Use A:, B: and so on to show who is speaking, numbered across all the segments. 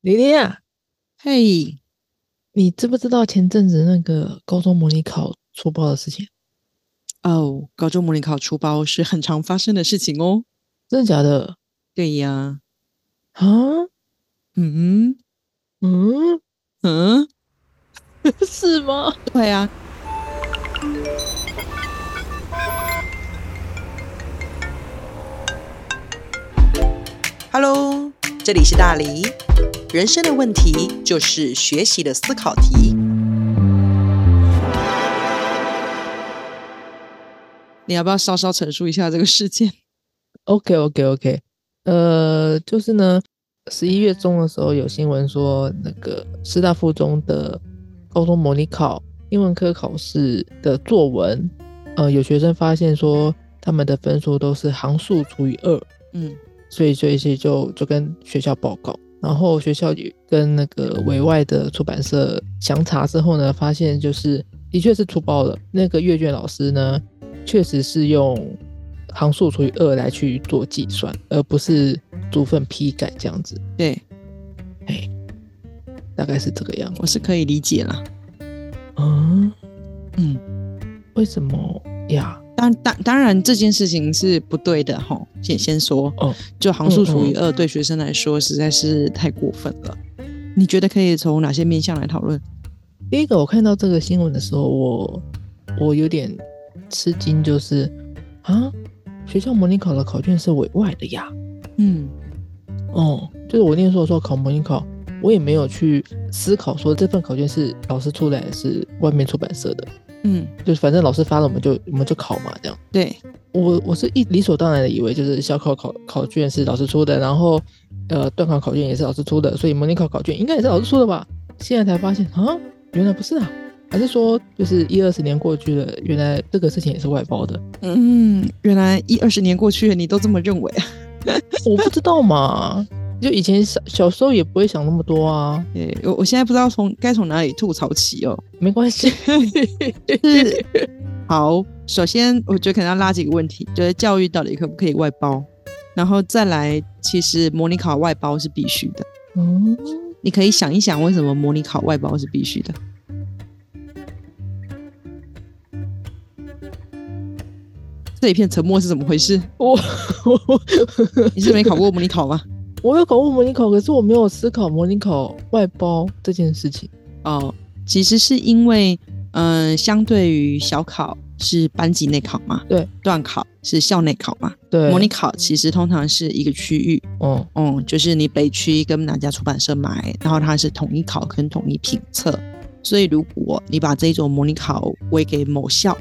A: 李丽啊，
B: 嘿，
A: 你知不知道前阵子那个高中模拟考出包的事情？
B: 哦，高中模拟考出包是很常发生的事情哦。
A: 真的假的？
B: 对呀，
A: 啊？
B: 嗯
A: 嗯，
B: 嗯，
A: 是吗？
B: 对啊呀。Hello，这里是大黎。人生的问题就是学习的思考题。你要不要稍稍陈述一下这个事件？
A: OK OK OK，呃，就是呢，十一月中的时候有新闻说，那个师大附中的高中模拟考英文科考试的作文，呃，有学生发现说他们的分数都是行数除以二，
B: 嗯
A: 所以这一些就就跟学校报告，然后学校也跟那个委外的出版社详查之后呢，发现就是的确是出包了。那个阅卷老师呢，确实是用行数除以二来去做计算，而不是逐份批改这样子，
B: 对，
A: 大概是这个样子。
B: 我是可以理解啦。
A: 嗯，
B: 嗯，
A: 为什么呀？
B: 当当当然，这件事情是不对的哈。先先说，
A: 哦
B: 就行数除以二对学生来说实在是太过分了。你觉得可以从哪些面向来讨论？
A: 第一个，我看到这个新闻的时候，我我有点吃惊，就是啊，学校模拟考的考卷是委外的呀。
B: 嗯
A: 哦，就是我念书的时候考模拟考，我也没有去思考说这份考卷是老师出来是外面出版社的，
B: 嗯，
A: 就是反正老师发了我们就我们就考嘛这样。
B: 对，
A: 我我是一理所当然的以为就是小考考考卷是老师出的，然后呃段考考卷也是老师出的，所以模拟考考卷应该也是老师出的吧？现在才发现啊，原来不是啊，还是说就是一二十年过去了，原来这个事情也是外包的，
B: 嗯，原来一二十年过去了，你都这么认为啊？
A: 我不知道嘛。就以前小小时候也不会想那么多啊，
B: 对，我我现在不知道从该从哪里吐槽起哦。
A: 没关系。
B: 是好，首先我觉得可能要拉几个问题，就是教育到底可不可以外包，然后再来，其实模拟考外包是必须的。
A: 嗯，
B: 你可以想一想，为什么模拟考外包是必须的？这一片沉默是怎么回事？
A: 我我
B: 你是没考过模拟考 吗？
A: 我有考过模拟考，可是我没有思考模拟考外包这件事情。
B: 哦，其实是因为，嗯、相对于小考是班级内考嘛，
A: 对，
B: 段考是校内考嘛，
A: 对，
B: 模拟考其实通常是一个区域，
A: 哦，
B: 嗯，就是你北区跟哪家出版社买，然后它是统一考跟统一评测。所以如果你把这种模拟考委给某校，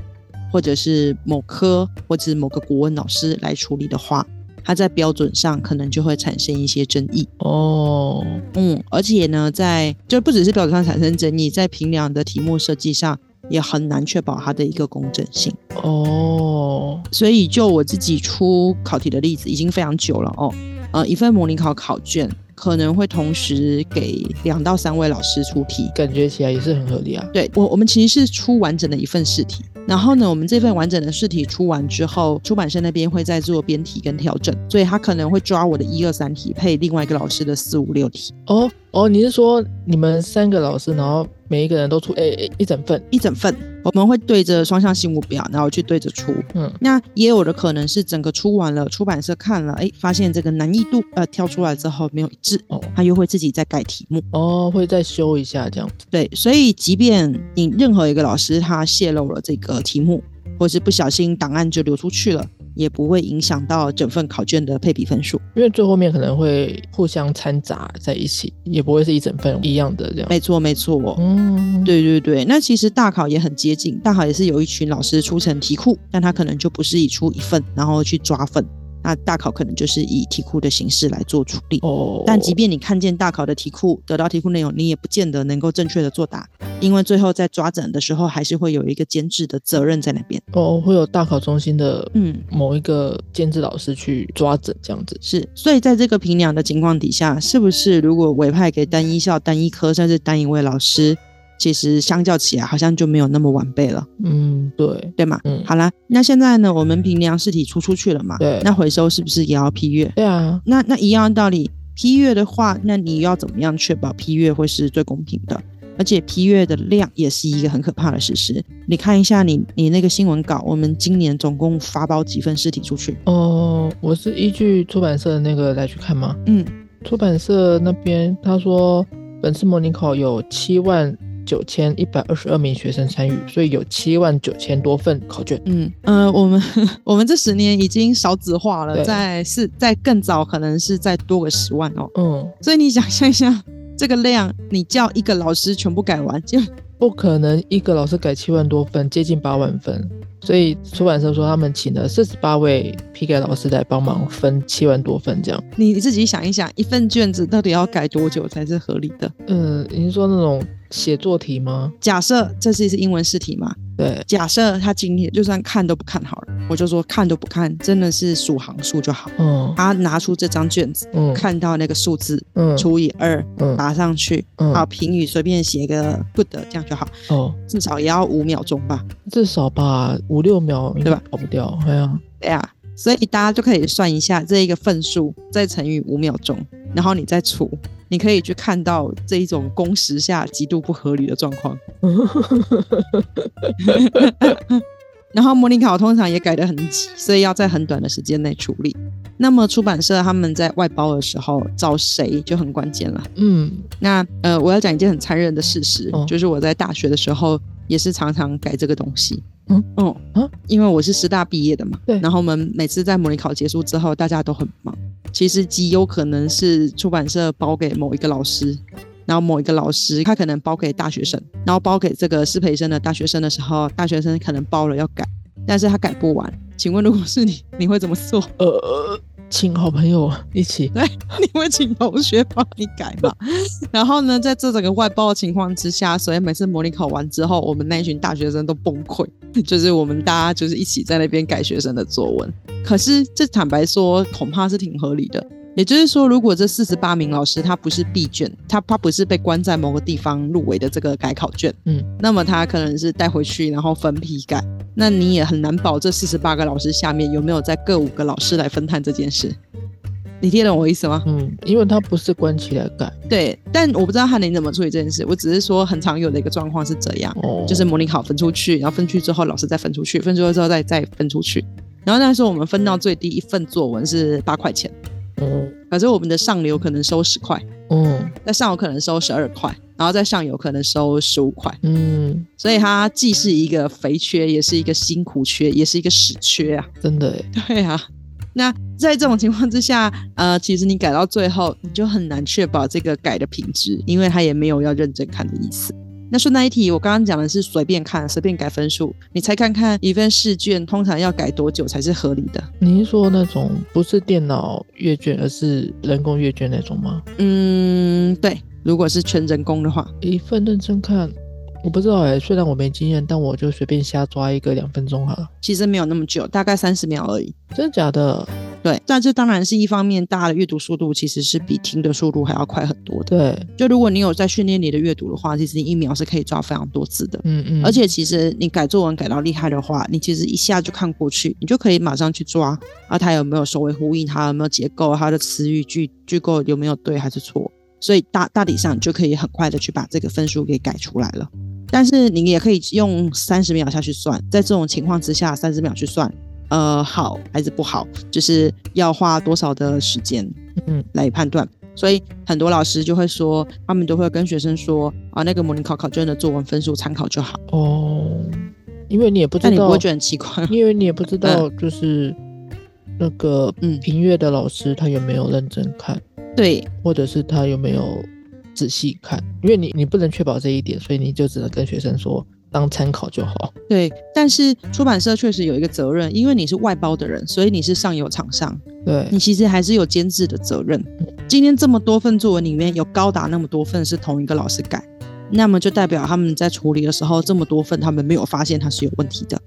B: 或者是某科，或者是某个国文老师来处理的话，它在标准上可能就会产生一些争议。
A: 哦，
B: 嗯，而且呢，在就不只是标准上产生争议，在评量的题目设计上也很难确保它的一个公正性。
A: 哦，
B: 所以就我自己出考题的例子，已经非常久了哦。呃，一份模拟考考卷可能会同时给两到三位老师出题。
A: 感觉起来也是很合理啊。
B: 对我，我们其实是出完整的一份试题，然后呢，我们这份完整的试题出完之后，出版社那边会再做编题跟调整，所以他可能会抓我的一二三题配另外一个老师的四五六题，
A: 哦哦，你是说你们三个老师，然后每一个人都出诶、诶一整份？
B: 一整份，我们会对着双向性目标，然后去对着出。
A: 嗯，
B: 那也有的可能是整个出完了，出版社看了，哎，发现这个难易度呃挑出来之后没有一致，
A: 哦
B: 他又会自己再改题目。
A: 哦，会再修一下这样子。
B: 对，所以即便你任何一个老师他泄露了这个题目，或是不小心档案就流出去了，也不会影响到整份考卷的配比分数。
A: 因为最后面可能会互相掺杂在一起，也不会是一整份一样的这样。
B: 没错，没错。哦
A: 嗯，，
B: 对对对，那其实大考也很接近，大考也是有一群老师出成题库，但他可能就不是以出一份然后去抓分，那大考可能就是以题库的形式来做处理。
A: 哦，
B: 但即便你看见大考的题库，得到题库内容，你也不见得能够正确的作答，因为最后在抓诊的时候，还是会有一个监制的责任在那边。
A: 哦会有大考中心的
B: 嗯，
A: 某一个监制老师去抓整这样子。
B: 是，所以在这个评量的情况底下，是不是如果委派给单一校、单一科，甚至单一位老师，其实相较起来好像就没有那么完备了，
A: 嗯，对，
B: 对吗？
A: 嗯，
B: 好啦，那现在呢，我们评量试题出出去了嘛？
A: 对
B: 那回收是不是也要批阅？
A: 对啊，
B: 那那一样的道理，批阅的话，那你要怎么样确保批阅会是最公平的？而且批阅的量也是一个很可怕的事实。你看一下你你那个新闻稿，我们今年总共发包几份尸体出去？
A: 哦，我是依据出版社的那个来去看吗？
B: 嗯，
A: 出版社那边他说，本次模拟考有七万九千一百二十二名学生参与，所以有七万九千多份考卷。
B: 嗯，呃，我们 我们这十年已经少子化了，
A: 对
B: 在是在更早可能是再多个十万哦。
A: 嗯，
B: 所以你想象一下，这个量，你叫一个老师全部改完，就
A: 不可能一个老师改七万多分，接近八万分。所以出版社说他们请了四十八位批改老师来帮忙分七万多份这样。
B: 你自己想一想，一份卷子到底要改多久才是合理的？
A: 嗯，您说那种写作题吗？
B: 假设这是一次英文试题嘛？
A: 对，
B: 假设他今天就算看都不看好了，我就说看都不看，真的是数行数就好。
A: 嗯
B: 他拿出这张卷子，
A: 嗯
B: 看到那个数字
A: 嗯
B: 除以二，
A: 嗯
B: 答上去，
A: 嗯
B: 好，评语随便写个 good 这样就好，
A: 哦，
B: 至少也要五秒钟吧。
A: 至少吧五六秒应该
B: 对吧
A: 跑不掉。哎呀，
B: 对啊，所以大家就可以算一下这一个份数，再乘以五秒钟，然后你再除，你可以去看到这一种工时下极度不合理的状况。然后模拟考通常也改得很急，所以要在很短的时间内处理。那么出版社他们在外包的时候找谁就很关键了。
A: 嗯
B: 那呃，我要讲一件很残忍的事实，
A: 哦
B: 就是我在大学的时候也是常常改这个东西。
A: 嗯
B: 哦
A: 啊
B: 因为我是师大毕业的嘛，
A: 对
B: 然后我们每次在模拟考结束之后，大家都很忙，其实极有可能是出版社包给某一个老师。然后某一个老师，他可能包给大学生，然后包给这个师培生的大学生的时候，大学生可能包了要改，但是他改不完。请问，如果是你，你会怎么做？
A: 呃，请好朋友一起。
B: 你会请同学帮你改嘛？然后呢，在这整个外包的情况之下，所以每次模拟考完之后，我们那一群大学生都崩溃，就是我们大家就是一起在那边改学生的作文。可是这坦白说，恐怕是挺合理的。也就是说，如果这四十八名老师他不是闭卷，他他不是被关在某个地方入围的这个改考卷，
A: 嗯，
B: 那么他可能是带回去然后分批改，那你也很难保这四十八个老师下面有没有在各五个老师来分摊这件事。你听懂我意思吗？
A: 嗯，因为它不是关起来改
B: 对，但我不知道翰林怎么处理这件事。我只是说，很常有的一个状况是这样，
A: 哦，
B: 就是模拟考分出去，然后分去之后，老师再分出去，分出去之后再再分出去。然后那时候我们分到最低一份作文是八块钱，
A: 嗯
B: 可是我们的上流可能收十块，
A: 嗯
B: 在上游可能收十二块，然后在上游可能收十五块，
A: 嗯，
B: 所以它既是一个肥缺，也是一个辛苦缺，也是一个屎缺啊。
A: 真的欸
B: 对啊，那在这种情况之下， 呃，其实你改到最后，你就很难确保这个改的品质，因为他也没有要认真看的意思。那顺带一提，我刚刚讲的是随便看、随便改分数，你猜看看一份试卷通常要改多久才是合理的？
A: 您说那种不是电脑阅卷，而是人工阅卷那种吗？
B: 嗯，对，如果是全人工的话，
A: 一份认真看，我不知道哎、虽然我没经验，但我就随便瞎抓一个两分钟好了。
B: 其实没有那么久，大概三十秒而已。
A: 真的假的？
B: 对，但这当然是一方面，大家的阅读速度其实是比听的速度还要快很多的。
A: 对，
B: 就如果你有在训练你的阅读的话，其实你一秒是可以抓非常多字的。
A: 嗯嗯，
B: 而且其实你改作文改到厉害的话，你其实一下就看过去，你就可以马上去抓啊，它有没有首尾呼应，它有没有结构，它的词语句句构有没有对还是错，所以大大体上你就可以很快的去把这个分数给改出来了。但是你也可以用三十秒下去算，在这种情况之下，三十秒去算，呃，好还是不好，就是要花多少的时间，
A: 嗯，
B: 来判断。所以很多老师就会说，他们都会跟学生说啊，那个模拟考考卷的作文分数参考就好。
A: 哦，因为你也不
B: 那
A: 知
B: 你不
A: 道
B: 会觉，得很奇怪 吗？
A: 因为你也不知道，就是那个
B: 嗯
A: 评阅的老师他有没有认真看，
B: 对
A: 或者是他有没有仔细看，因为你你不能确保这一点，所以你就只能跟学生说当参考就好。
B: 对，但是出版社确实有一个责任，因为你是外包的人，所以你是上游厂商，
A: 对
B: 你，其实还是有监制的责任。今天这么多份作文里面有高达那么多份是同一个老师改，那么就代表他们在处理的时候这么多份，他们没有发现它是有问题的。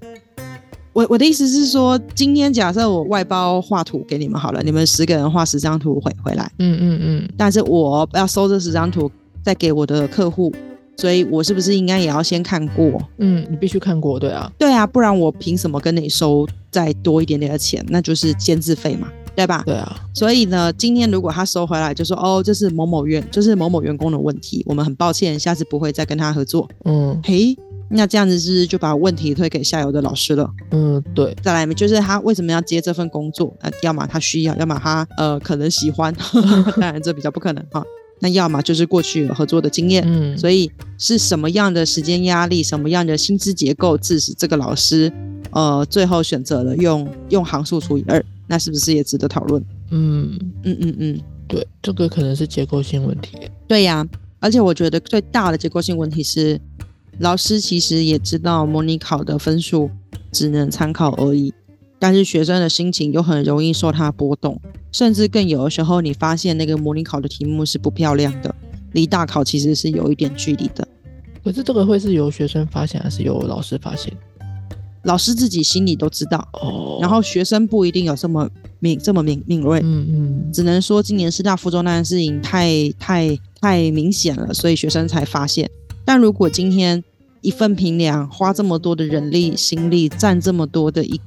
B: 我我的意思是说，今天假设我外包画图给你们好了，你们十个人画十张图回回来。
A: 嗯嗯嗯，
B: 但是我要收这十张图再给我的客户，所以我是不是应该也要先看过？
A: 嗯，你必须看过，对啊，
B: 对啊，不然我凭什么跟你收再多一点点的钱？那就是监制费嘛。对吧？
A: 对啊，
B: 所以呢，今天如果他收回来就说哦，这是某某员，就是某某员工的问题，我们很抱歉，下次不会再跟他合作。
A: 嗯
B: 嘿，那这样子是不是就把问题推给下游的老师了。
A: 嗯，对，
B: 再来就是他为什么要接这份工作？呃，要么他需要，要么他呃可能喜欢， 当然这比较不可能哈。那要么就是过去有合作的经验，
A: 嗯，
B: 所以是什么样的时间压力，什么样的薪资结构，致使这个老师呃最后选择了用用行数除以二，那是不是也值得讨论？
A: 嗯，
B: 嗯嗯嗯，
A: 对，这个可能是结构性问题。
B: 对呀、而且我觉得最大的结构性问题是，老师其实也知道模拟考的分数只能参考而已，但是学生的心情又很容易受它波动，甚至更有的时候，你发现那个模拟考的题目是不漂亮的，离大考其实是有一点距离的。
A: 可是这个会是由学生发现还是由老师发现？
B: 老师自己心里都知道，
A: 哦，
B: 然后学生不一定有这么敏这么敏敏锐，
A: 嗯嗯，
B: 只能说今年师大附中那件事情太太太明显了，所以学生才发现。但如果今天一份平凉花这么多的人力心力，占这么多的一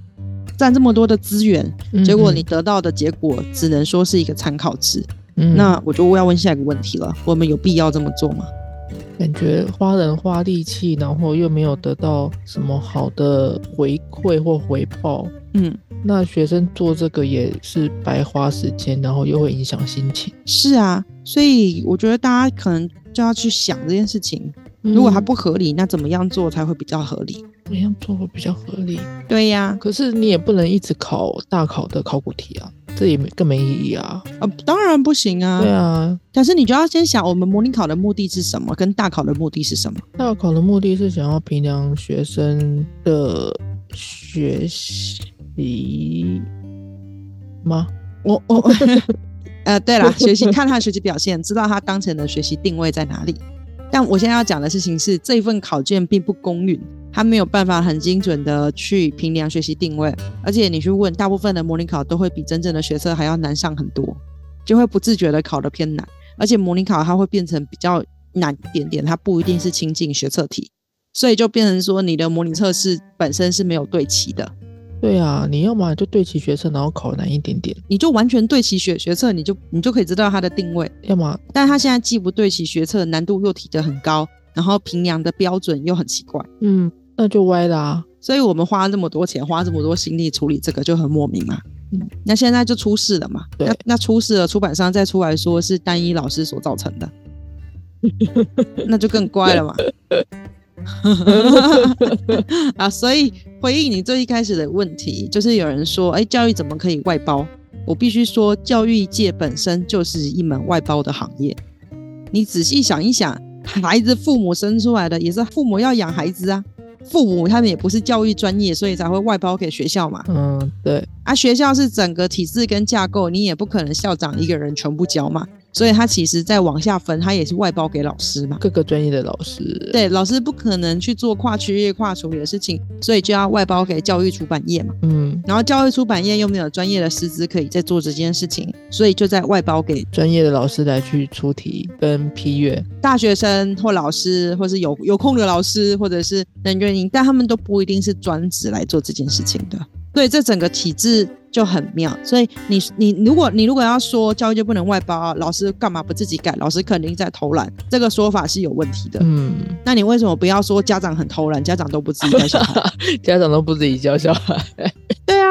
B: 占这么多的资源，
A: 嗯
B: 结果你得到的结果只能说是一个参考值。
A: 嗯
B: 那我就要问下一个问题了：我们有必要这么做吗？
A: 感觉花人花力气，然后又没有得到什么好的回馈或回报，
B: 嗯，
A: 那学生做这个也是白花时间，然后又会影响心情。
B: 是啊，所以我觉得大家可能就要去想这件事情。如
A: 嗯
B: 果它不合理，那怎么样做才会比较合理？
A: 怎么样做会比较合理？
B: 对呀、
A: 可是你也不能一直考大考的考古题啊，这也没更没意义啊。
B: 呃，当然不行啊。
A: 对啊，
B: 但是你就要先想，我们模拟考的目的是什么，跟大考的目的是什么？
A: 大考的目的是想要评量学生的学习吗？
B: 我我，呃，对了，学习看他的学习表现，知道他当前的学习定位在哪里。但我现在要讲的事情是，这份考卷并不公允，它没有办法很精准的去评量学习定位，而且你去问，大部分的模拟考都会比真正的学测还要难上很多，就会不自觉的考得偏难，而且模拟考它会变成比较难一点点，它不一定是亲近学测题，所以就变成说你的模拟测试本身是没有对齐的。
A: 对啊，你要么就对齐学生，然后考难一点点；
B: 你就完全对齐学学测，你就你就可以知道它的定位。
A: 要么
B: 但他现在既不对齐学测，难度又提得很高，然后平量的标准又很奇怪，
A: 嗯，那就歪啦、
B: 所以我们花那么多钱，花这么多心力处理这个就很莫名嘛。
A: 嗯
B: 那现在就出事了嘛？
A: 对
B: 那那出事了，出版商再出来说是单一老师所造成 的，那就更怪了嘛。 啊，所以回应你最一开始的问题，就是有人说，哎，教育怎么可以外包？我必须说，教育界本身就是一门外包的行业。你仔细想一想，孩子父母生出来的也是父母要养孩子啊，父母他们也不是教育专业，所以才会外包给学校嘛。
A: 嗯，对，
B: 啊，学校是整个体制跟架构，你也不可能校长一个人全部教嘛。所以他其实再往下分，他也是外包给老师嘛。
A: 各个专业的老师，，
B: 对，老师不可能去做跨区域、跨处理的事情，所以就要外包给教育出版业嘛。
A: 嗯，
B: 然后教育出版业又没有专业的师资可以在做这件事情，所以就在外包给
A: 专业的老师来去出题跟批阅，
B: 大学生或老师，或是有有空的老师，或者是能源营，但他们都不一定是专职来做这件事情的。对，这整个体制就很妙。所以你你如果你如果要说教育就不能外包啊，老师干嘛不自己改？老师肯定在偷懒，这个说法是有问题的。
A: 嗯，
B: 那你为什么不要说家长很偷懒，家长都不自己带小 孩？
A: 家长都不自己教小孩，
B: 对啊，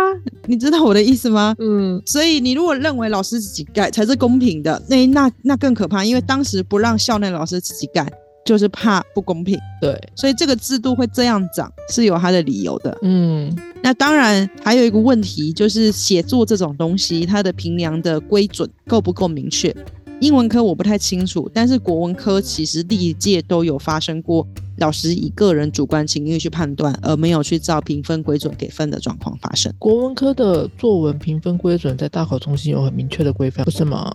B: 你知道我的意思吗？
A: 嗯，
B: 所以你如果认为老师自己改才是公平的，那那那更可怕，因为当时不让校内老师自己改，就是怕不公平。
A: 对，
B: 所以这个制度会这样涨是有它的理由的。
A: 嗯，
B: 那当然还有一个问题就是写作这种东西，它的评量的规准够不够明确？英文科我不太清楚，但是国文科其实历届都有发生过老师以个人主观情绪去判断，而没有去照评分规准给分的状况发生。
A: 国文科的作文评分规准在大考中心有很明确的规范，不是吗？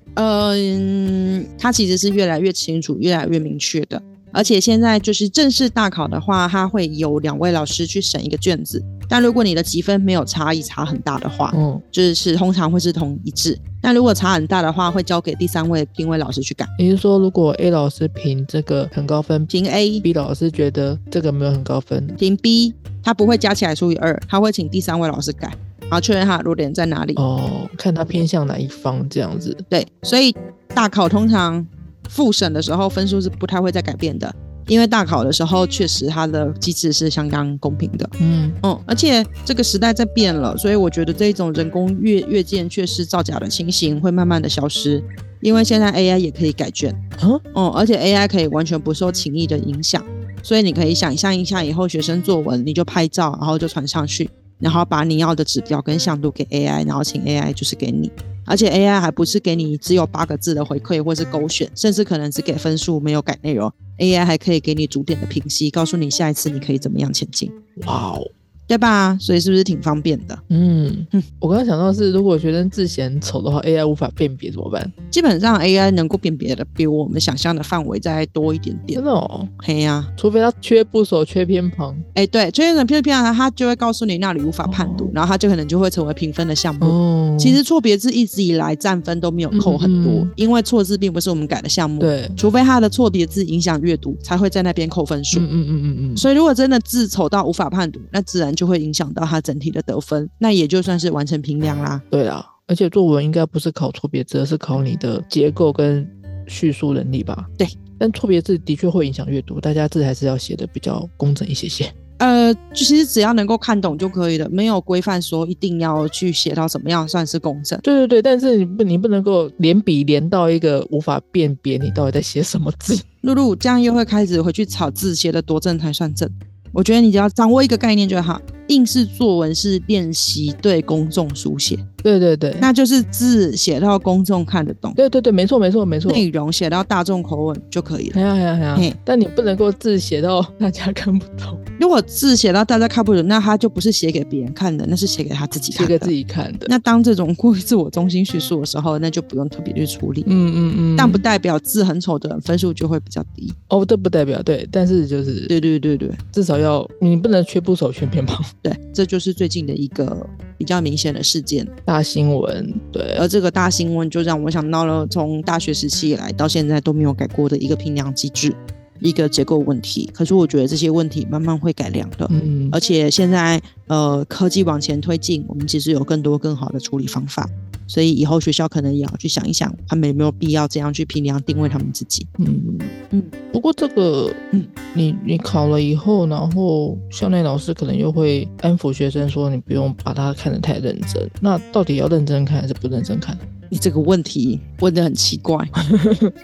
B: 嗯，它其实是越来越清楚、越来越明确的。而且现在就是正式大考的话，它会有两位老师去审一个卷子，但如果你的积分没有差异差很大的话，
A: 嗯，
B: 就是是通常会是同一致。那如果差很大的话，会交给第三位评委老师去改。
A: 你是说如果 A 老师评这个很高分
B: 评 A、
A: ，B 老师觉得这个没有很高分，
B: 评 B，他不会加起来除以二，他会请第三位老师改。然后确认他的弱点在哪里。
A: 哦，看他偏向哪一方这样子。
B: 对，所以大考通常复审的时候分数是不太会再改变的，因为大考的时候确实它的机制是相当公平的。
A: 嗯，
B: 嗯，而且这个时代在变了，所以我觉得这种人工阅阅卷却是造假的情形会慢慢的消失，因为现在 AI 也可以改卷，
A: 啊，
B: 嗯，而且 AI 可以完全不受情意的影响，所以你可以想象一下，以后学生作文你就拍照，然后就传上去，然后把你要的指标跟向度给 AI，然后请 AI 就是给你，而且 AI 还不是给你只有八个字的回馈或是勾选，甚至可能只给分数没有改内容，AI 还可以给你逐点的评析，告诉你下一次你可以怎么样前进。
A: 哇哦，
B: 对吧？所以是不是挺方便的？
A: 嗯
B: 嗯，
A: 我刚刚想到是，如果学生字嫌丑的话，AI 无法辨别怎么办？
B: 基本上 AI 能够辨别的比我们想象的范围再多一点点
A: 真。的哦，
B: 嘿呀、
A: 除非他缺部首、缺偏旁。
B: 哎，对，缺点偏偏啊，它就会告诉你那里无法判读，
A: 哦
B: 然后它就可能就会成为评分的项目。
A: 哦，
B: 嗯其实错别字一直以来占分都没有扣很多，
A: 嗯嗯
B: 因为错字并不是我们改的项目，
A: 对，
B: 除非它的错别字影响阅读，才会在那边扣分数。
A: 嗯嗯嗯嗯嗯，
B: 所以，如果真的字丑到无法判读，那自然就会影响到它整体的得分，那也就算是完成评量啦。
A: 对啦，而且作文应该不是考错别字，而是考你的结构跟叙述能力吧？
B: 对，
A: 但错别字的确会影响阅读，大家字还是要写的比较工整一些些。
B: 呃，其实只要能够看懂就可以了，没有规范说一定要去写到怎么样算是公正。
A: 对对对，但是你不你不能够连笔连到一个无法辨别你到底在写什么字。
B: 露露这样又会开始回去炒字写的多正才算正。我觉得你只要掌握一个概念就好。应试作文是练习对公众书写，
A: 对对对，
B: 那就是字写到公众看得懂，
A: 对对对，没错没错没错。
B: 内容写到大众口吻就可以
A: 哎。
B: 了
A: 呀哎呀哎
B: 嘿
A: 呀！但你不能够字写到 大家看不懂，
B: 如果字写到大家看不懂，那他就不是写给别人看的，那是写给他自己
A: 写
B: 看
A: 给
B: 的。
A: 自己看的。
B: 那当这种过于自我中心叙述的时候，那就不用特别去处理。
A: 嗯嗯嗯，
B: 但不代表字很丑的人分数就会比较低。
A: 哦，这不代表对，但是就是
B: 对对对对
A: 至少要你不能缺部首、缺偏旁。
B: 对，这就是最近的一个比较明显的事件。
A: 大新闻，对，
B: 而这个大新闻就让我想到了从大学时期以来到现在都没有改过的一个评量机制，一个结构问题。可是我觉得这些问题慢慢会改良的。
A: 嗯
B: 而且现在，呃，科技往前推进，我们其实有更多更好的处理方法，所以以后学校可能也要去想一想，他们有没有必要这样去评量定位他们自己。
A: 嗯
B: 嗯
A: 嗯。不过这个，
B: 嗯
A: 嗯，你你考了以后，然后校内老师可能又会安抚学生说，你不用把它看得太认真。那到底要认真看还是不认真看？
B: 你这个问题问得很奇怪。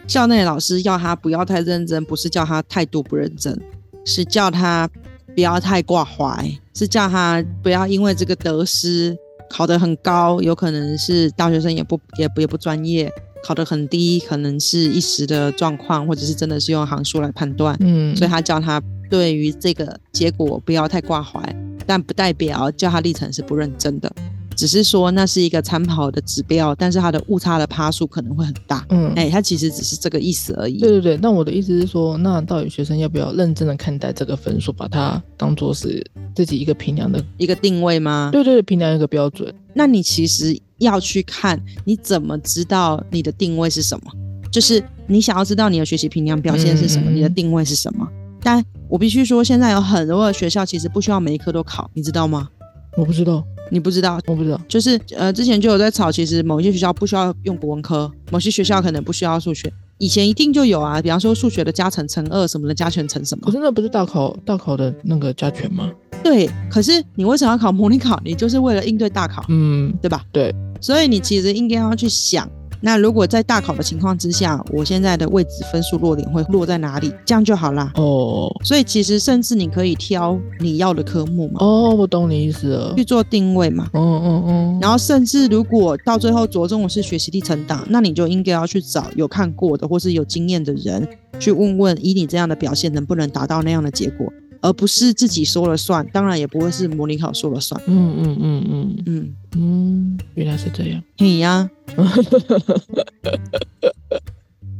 B: 校内老师要他不要太认真，不是叫他态度不认真，是叫他不要太挂怀，是叫他不要因为这个得失考得很高，有可能是大学生也不也不也不专业，考得很低，可能是一时的状况，或者是真的是用行数来判断。
A: 嗯，
B: 所以他叫他对于这个结果不要太挂怀，但不代表叫他历程是不认真的，只是说那是一个参考的指标，但是它的误差的趴数可能会很大。
A: 嗯，
B: 哎、他其实只是这个意思而已
A: 对。对对。那我的意思是说，那到底学生要不要认真的看待这个分数，把它当做是自己一个评量的，
B: 一个定位吗？
A: 对对对，评量一个标准。
B: 那你其实要去看你怎么知道你的定位是什么，就是你想要知道你的学习评量表现是什么，
A: 嗯嗯嗯
B: 你的定位是什么。但我必须说，现在有很多的学校其实不需要每一科都考，你知道吗？
A: 我不知道，
B: 你不知道，
A: 我不知道。
B: 就是呃，之前就有在吵，其实某一些学校不需要用国文科，某些学校可能不需要数学。以前一定就有啊，比方说数学的加乘乘二什么的，加权乘什
A: 可
B: 么。
A: 是那不是大考大考的那个加权吗？
B: 对，可是你为什么要考模拟考？你就是为了应对大考，
A: 嗯，
B: 对吧？
A: 对，
B: 所以你其实应该要去想，那如果在大考的情况之下，我现在的位置分数落点会落在哪里？这样就好啦。
A: 哦
B: 所以其实甚至你可以挑你要的科目嘛，
A: 哦，我懂你意思了。
B: 去做定位嘛。
A: 嗯嗯嗯，
B: 然后甚至如果到最后着重的是学习历程档，那你就应该要去找有看过的或是有经验的人去问问，以你这样的表现能不能达到那样的结果，而不是自己说了算，当然也不会是模拟考说了算。
A: 嗯嗯嗯嗯
B: 嗯，
A: 嗯，原来是这样。
B: 你呀、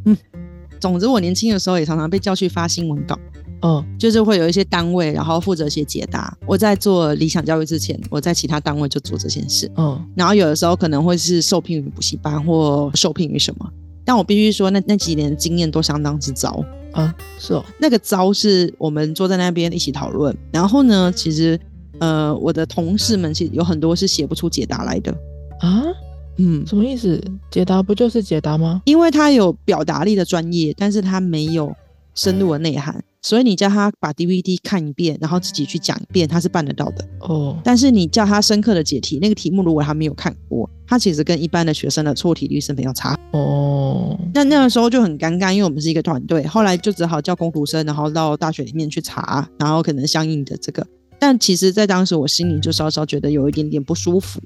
B: 嗯，总之我年轻的时候也常常被叫去发新闻稿。
A: 哦，
B: 就是会有一些单位，然后负责写解答。我在做理想教育之前，我在其他单位就做这件事。
A: 嗯
B: 然后有的时候可能会是受聘于补习班或受聘于什么。但我必须说，那那几年的经验都相当之糟。
A: 啊，是哦，
B: 那个糟是我们坐在那边一起讨论，然后呢，其实呃，我的同事们其实有很多是写不出解答来的，
A: 啊？
B: 嗯，
A: 什么意思？解答不就是解答吗？
B: 因为他有表达力的专业，但是他没有深入的内涵，所以你叫他把 DVD 看一遍，然后自己去讲一遍，他是办得到的。
A: 哦，
B: 但是你叫他深刻的解题，那个题目如果他没有看过，他其实跟一般的学生的错题率是没有差。
A: 哦，
B: 那那个时候就很尴尬，因为我们是一个团队，后来就只好叫工读生，然后到大学里面去查，然后可能相应的这个。但其实，在当时我心里就稍稍觉得有一点点不舒服，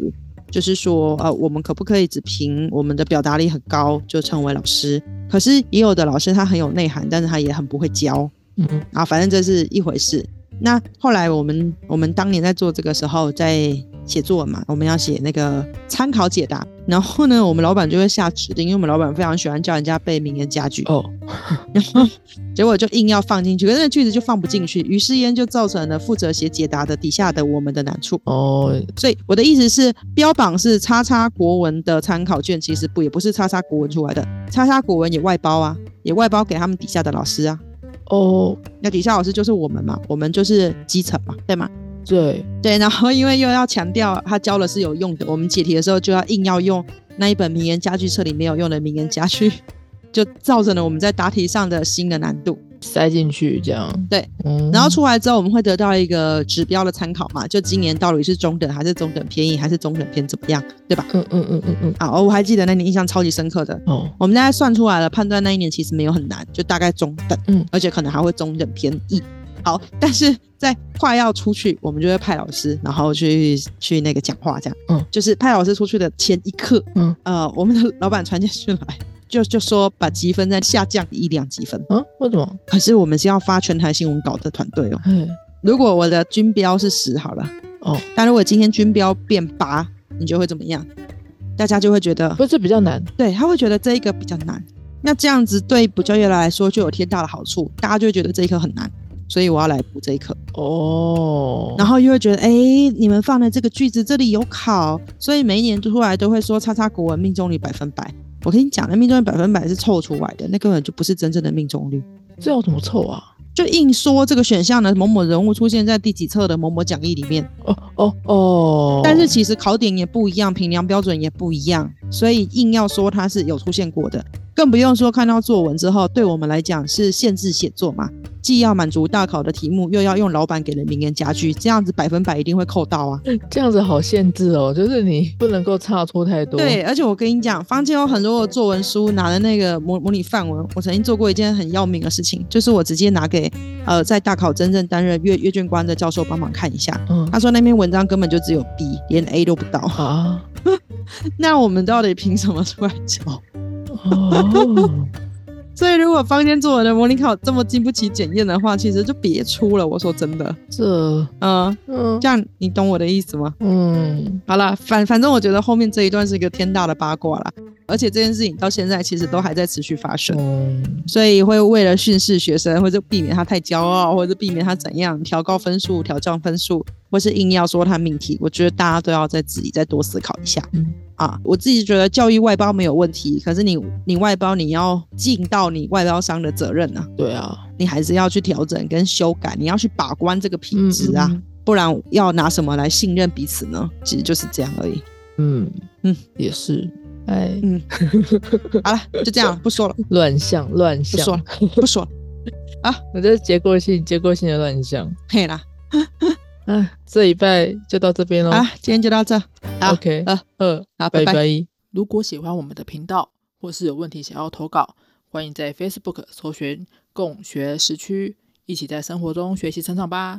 B: 就是说，呃，我们可不可以只凭我们的表达力很高就成为老师？可是也有的老师他很有内涵，但是他也很不会教，
A: 嗯，
B: 啊，反正这是一回事。那后来我们我们当年在做这个时候，在写作文嘛，我们要写那个参考解答。然后呢，我们老板就会下指令，因为我们老板非常喜欢叫人家背名言佳句，
A: 哦，
B: 然后结果就硬要放进去，可是那句子就放不进去，于是焉就造成了负责写解答的底下的我们的难处。
A: 哦，
B: 所以我的意思是，标榜是叉叉国文的参考卷，其实不也不是叉叉国文出来的，叉叉国文也外包啊，也外包给他们底下的老师啊。
A: 哦，
B: 那底下老师就是我们嘛，我们就是基层嘛，对吗？
A: 对，
B: 对，然后因为又要强调他教的是有用的，我们解题的时候就要硬要用那一本名言佳句册里没有用的名言佳句，就造成了我们在答题上的新的难度。
A: 塞进去这样，
B: 对，
A: 嗯，
B: 然后出来之后，我们会得到一个指标的参考嘛，就今年到底是中等还是中等偏硬还是中等偏怎么样，对吧？
A: 嗯嗯嗯嗯嗯，
B: 啊，哦，我还记得那年印象超级深刻的，
A: 哦，
B: 我们大概算出来了，判断那一年其实没有很难，就大概中等，
A: 嗯
B: 嗯，而且可能还会中等偏易。好，但是在快要出去，我们就会派老师，然后去去那个讲话，这样，
A: 嗯
B: 嗯，就是派老师出去的前一刻，
A: 嗯
B: 嗯，呃，我们的老板传简讯来，就就说把积分再下降一两积分。
A: 啊，为什么？
B: 可是我们是要发全台新闻稿的团队哦，
A: 嘿，
B: 如果我的军标是十好了，
A: 哦，
B: 但如果今天军标变八，你就会怎么样？大家就会觉得
A: 不是比较难
B: 对，他会觉得这一个比较难。那这样子对补教业来说就有天大的好处，大家就会觉得这一科很难，所以我要来补这一科。
A: 哦，
B: 然后又会觉得，哎、你们放的这个句子这里有考，所以每一年出来都会说叉叉国文命中率百分百。我跟你讲，那命中率百分百是凑出来的，那根本就不是真正的命中率。
A: 这要怎么凑啊？
B: 就硬说这个选项呢，某某人物出现在第几册的某某讲义里面，
A: 哦哦哦，
B: 但是其实考点也不一样，评量标准也不一样，所以硬要说它是有出现过的，更不用说看到作文之后，对我们来讲是限制写作嘛，既要满足大考的题目，又要用老板给的名言佳句，这样子百分百一定会扣到啊。
A: 这样子好限制哦，就是你不能够差错太多。
B: 对，，而且我跟你讲，坊间有很多的作文书拿的那个模模拟范文，我曾经做过一件很要命的事情，就是我直接拿给呃在大考真正担任阅阅卷官的教授帮忙看一下，
A: 嗯
B: 他说那篇文章根本就只有 B，连 A 都不到。
A: 啊，
B: 那我们到底凭什么出来教？
A: 哦，
B: 所以如果坊间作文的模拟考这么经不起检验的话，其实就别出了。我说真的，
A: 这
B: 嗯、
A: 嗯
B: 这样你懂我的意思吗？
A: 嗯，
B: 好啦，反反正我觉得后面这一段是一个天大的八卦啦，而且这件事情到现在其实都还在持续发生。
A: 嗯
B: 所以会为了训斥学生，或者避免他太骄傲，或者避免他怎样调高分数、调降分数，或是硬要说他命题，我觉得大家都要再自己再多思考一下。
A: 嗯
B: 啊，我自己觉得教育外包没有问题，可是你你外包你要尽到你外包商的责任啊，
A: 对啊，
B: 你还是要去调整跟修改，你要去把关这个品质啊，
A: 嗯嗯
B: 不然要拿什么来信任彼此呢？其实就是这样而已。
A: 嗯嗯
B: 嗯，
A: 也是，哎，
B: 嗯，好了，就 这样，不说了，
A: 乱象乱
B: 不说
A: 象
B: 了，，不说了，
A: 我这是结构性结构性的乱象。
B: 嘿啦，
A: 哎，这一拜就到这边喽。
B: 啊，今天就到这，好
A: OK，
B: 呃
A: 呃，
B: 好，
A: 拜
B: 拜
A: 拜。如果喜欢我们的频道，或是有问题想要投稿，欢迎在 Facebook 搜寻“共学时区”，一起在生活中学习成长吧。